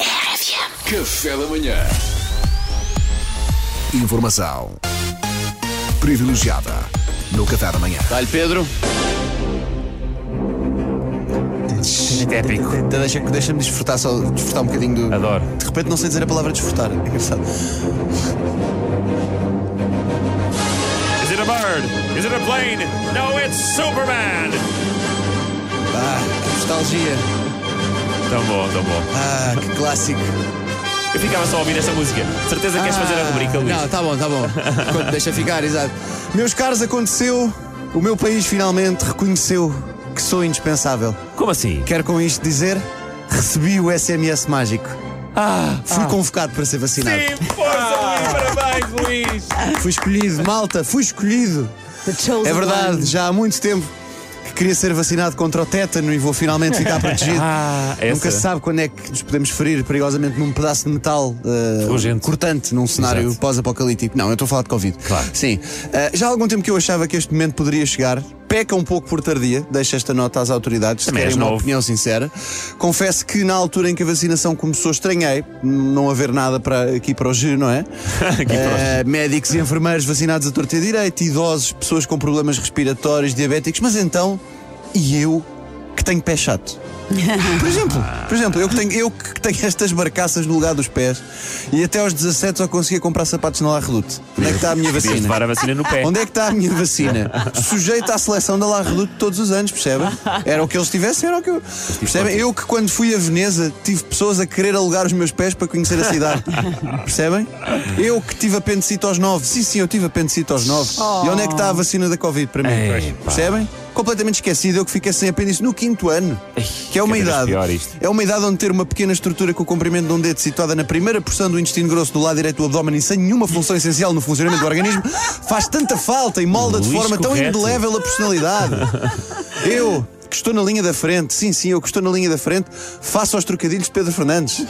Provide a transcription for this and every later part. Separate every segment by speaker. Speaker 1: É
Speaker 2: Café da Manhã. Informação privilegiada no Café da Manhã.
Speaker 3: Dá-lhe, Pedro.
Speaker 4: É Épico.
Speaker 1: Deixa- Deixa-me desfrutar, só, desfrutar um bocadinho do.
Speaker 4: Adoro.
Speaker 1: De repente não sei dizer a palavra desfrutar. É engraçado.
Speaker 4: Is it a bird? Is it a plane? No, it's Superman!
Speaker 1: Ah, que nostalgia.
Speaker 4: Tão bom, tão bom.
Speaker 1: Ah, que clássico.
Speaker 4: Eu ficava só a ouvir esta música. Certeza que queres fazer a rubrica, Luís?
Speaker 1: Não, tá bom, tá bom. Quando- Deixa ficar, exato. Meus caros, aconteceu. O meu país finalmente reconheceu que sou indispensável.
Speaker 4: Como assim?
Speaker 1: Quero com isto dizer: recebi o SMS mágico.
Speaker 4: Ah!
Speaker 1: Fui convocado para ser vacinado.
Speaker 4: Sim, força, Luís! Parabéns, Luís!
Speaker 1: Fui escolhido, malta, fui escolhido. É verdade, já há muito tempo que queria ser vacinado contra o tétano e vou finalmente ficar protegido.
Speaker 4: Ah, essa.
Speaker 1: Nunca se sabe quando é que nos podemos ferir perigosamente num pedaço de metal eh,
Speaker 4: Ferrugente.
Speaker 1: cortante num cenário
Speaker 4: Exato.
Speaker 1: pós-apocalíptico. Não, eu estou a falar de Covid.
Speaker 4: Claro.
Speaker 1: Sim. Eh, já há algum tempo que eu achava que este momento poderia chegar. Peca um pouco por tardia, deixo esta nota às autoridades, se
Speaker 4: Também
Speaker 1: querem
Speaker 4: és
Speaker 1: uma
Speaker 4: novo.
Speaker 1: opinião sincera. Confesso que na altura em que a vacinação começou, estranhei não haver nada para, aqui para o G, não é?
Speaker 4: Aqui para o G.
Speaker 1: Eh, médicos e enfermeiros vacinados a torta e a direito, idosos, pessoas com problemas respiratórios, diabéticos, mas então, e eu que tenho pé chato? Por exemplo, por exemplo eu, que tenho, eu que tenho estas barcaças no lugar dos pés e até aos 17 só conseguia comprar sapatos na La Redoute. Onde é que está a minha
Speaker 4: Devias
Speaker 1: vacina?
Speaker 4: levar a vacina no pé.
Speaker 1: Onde é que está a minha vacina? Sujeita à seleção da La Redoute todos os anos, percebem? Era o que eles tivessem, era o que eu.
Speaker 4: é
Speaker 1: Percebem? Eu que quando fui a Veneza tive pessoas a querer alugar os meus pés para conhecer a cidade. Percebem? Eu que tive apendicite aos 9. Sim, sim, eu tive apendicite aos 9. E onde é que está a vacina da Covid para mim?
Speaker 4: Ei, pá.
Speaker 1: percebem? Completamente esquecido, eu que fiquei sem apêndice no quinto ano. Que é uma
Speaker 4: cada vez
Speaker 1: idade.
Speaker 4: pior isto.
Speaker 1: É uma idade onde ter uma pequena estrutura com o comprimento de um dedo situada na primeira porção do intestino grosso do lado direito do abdômen e sem nenhuma função essencial no funcionamento do organismo faz tanta falta e molda de
Speaker 4: Luís,
Speaker 1: forma tão
Speaker 4: correto.
Speaker 1: indelével a personalidade. Eu, que estou na linha da frente, sim, sim, eu que estou na linha da frente, faço aos trocadilhos de Pedro Fernandes.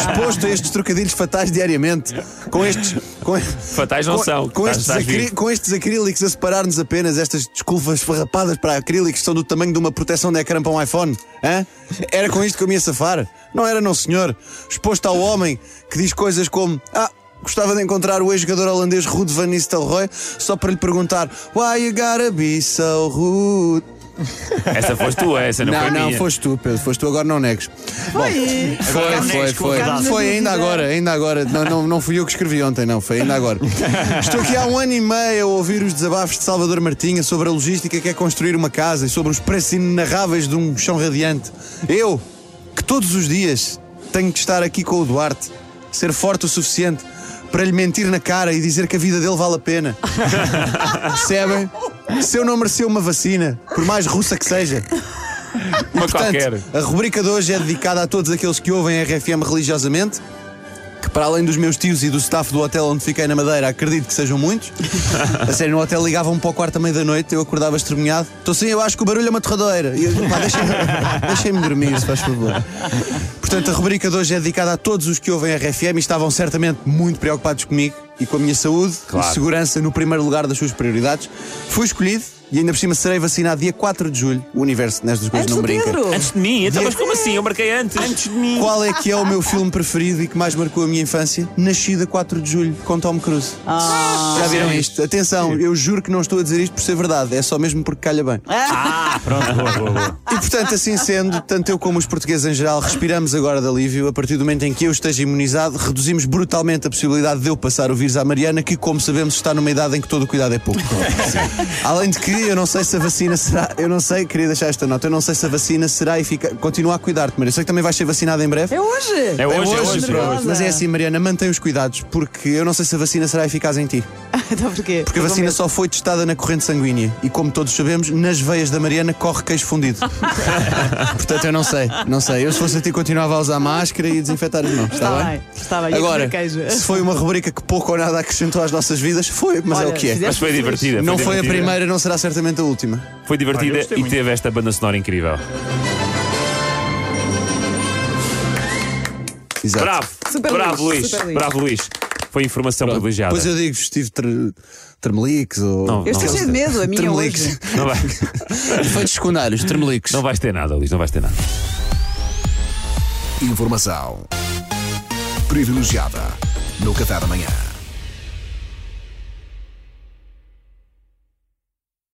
Speaker 1: Exposto a estes trocadilhos fatais diariamente. Com estes. Com,
Speaker 4: Fatais não
Speaker 1: com-
Speaker 4: são.
Speaker 1: Com
Speaker 4: Estás-
Speaker 1: estes,
Speaker 4: estás
Speaker 1: acrí-
Speaker 4: vivo.
Speaker 1: com estes acrílicos a separar-nos apenas, estas desculpas farrapadas para acrílicos que são do tamanho de uma proteção de ecrã para um iPhone. hã? Era com isto que eu me ia safar? Não era, não, senhor. Exposto ao homem que diz coisas como: Ah, gostava de encontrar o ex-jogador holandês Ruud Van Nistelrooy só para lhe perguntar: Why you gotta be so rude?
Speaker 4: Essa foste tu, é? essa não,
Speaker 1: Não,
Speaker 4: foi
Speaker 1: não,
Speaker 4: minha.
Speaker 1: foste tu, Pedro. Foste tu, agora não negues. Foi, foi, foi. Foi, foi ainda agora, ainda agora. Não, não, não fui eu que escrevi ontem, não. Foi ainda agora. Estou aqui há um ano e meio a ouvir os desabafos de Salvador Martinha sobre a logística que é construir uma casa e sobre os preços inenarráveis de um chão radiante. Eu, que todos os dias tenho que estar aqui com o Duarte, ser forte o suficiente para lhe mentir na cara e dizer que a vida dele vale a pena. Percebem? Se eu não merecer uma vacina, por mais russa que seja,
Speaker 4: Uma
Speaker 1: Portanto,
Speaker 4: qualquer.
Speaker 1: a rubrica de hoje é dedicada a todos aqueles que ouvem a RFM religiosamente. Que para além dos meus tios e do staff do hotel onde fiquei na Madeira, acredito que sejam muitos. A sério, no hotel ligavam-me para o quarto à meia da noite, eu acordava estremunhado. Estou sem, eu acho que o barulho é uma torradeira. E eu, pá, Deixem-me deixem-me dormir, se faz favor. Portanto, a rubrica de hoje é dedicada a todos os que ouvem a RFM e estavam certamente muito preocupados comigo e com a minha saúde
Speaker 4: Claro.
Speaker 1: e segurança no primeiro lugar das suas prioridades. Fui escolhido e ainda por cima serei vacinado dia 4 de julho. O universo nestas coisas
Speaker 5: Antes
Speaker 1: não
Speaker 5: do
Speaker 1: brinca.
Speaker 5: Pedro.
Speaker 4: Antes de mim? Então, mas como assim? Eu marquei antes. Antes de mim.
Speaker 1: Qual é que é o meu filme preferido e que mais marcou a minha infância? Nascida 4 de Julho, com Tom Cruise. Já viram isto? Atenção, eu juro que não estou a dizer isto por ser verdade, é só mesmo porque calha bem.
Speaker 4: Ah, pronto, boa, boa, boa.
Speaker 1: E portanto, assim sendo, tanto eu como os portugueses em geral respiramos agora de alívio. A partir do momento em que eu esteja imunizado, reduzimos brutalmente a possibilidade de eu passar o vírus à Mariana, que, como sabemos, está numa idade em que todo o cuidado é pouco. Além de que, eu não sei se a vacina será. Eu não sei, queria deixar esta nota, eu não sei se a vacina será eficaz. Continua a cuidar-te, Maria. Eu sei que também vais ser vacinada em breve.
Speaker 5: É hoje.
Speaker 4: É hoje, é
Speaker 1: É
Speaker 4: hoje.
Speaker 5: hoje,
Speaker 4: pronto.
Speaker 5: nervosa.
Speaker 1: Mas é assim, Mariana, mantém os cuidados, porque eu não sei se a vacina será eficaz em ti.
Speaker 5: Então porquê?
Speaker 1: É. Porque a vacina só foi testada na corrente sanguínea e, como todos sabemos, nas veias da Mariana corre queijo fundido. Portanto, eu não sei, não sei. Eu, se fosse a ti, continuava a usar máscara e a desinfetar as mãos, está,
Speaker 5: Está
Speaker 1: bem?
Speaker 5: Tá bem, está bem. E
Speaker 1: é? Agora,
Speaker 5: comer queijo.
Speaker 1: se foi uma rubrica que pouco ou nada acrescentou às nossas vidas, foi, mas é
Speaker 5: Olha,
Speaker 1: o que é.
Speaker 5: fizeste-
Speaker 4: Mas foi divertida.
Speaker 1: Não foi a
Speaker 4: divertida.
Speaker 1: primeira, não será certamente a última.
Speaker 4: Foi divertida
Speaker 6: gostei
Speaker 4: e
Speaker 6: muito.
Speaker 4: teve esta banda sonora incrível.
Speaker 1: Exato.
Speaker 4: Bravo!
Speaker 5: Super
Speaker 4: bravo,
Speaker 5: Luís,
Speaker 4: Luís!
Speaker 5: super Luís.
Speaker 4: Bravo, Luís! Foi informação privilegiada.
Speaker 1: Depois eu digo, estive tre- tremelix ou.
Speaker 4: Não,
Speaker 5: Eu estou
Speaker 4: não,
Speaker 5: cheio de medo, a minha é
Speaker 1: Tremelix.
Speaker 5: hoje.
Speaker 4: não, vai-
Speaker 1: Efeitos secundários, tremelix.
Speaker 4: não vais ter nada, Luís, não vais ter nada.
Speaker 2: Informação privilegiada no Café da Manhã.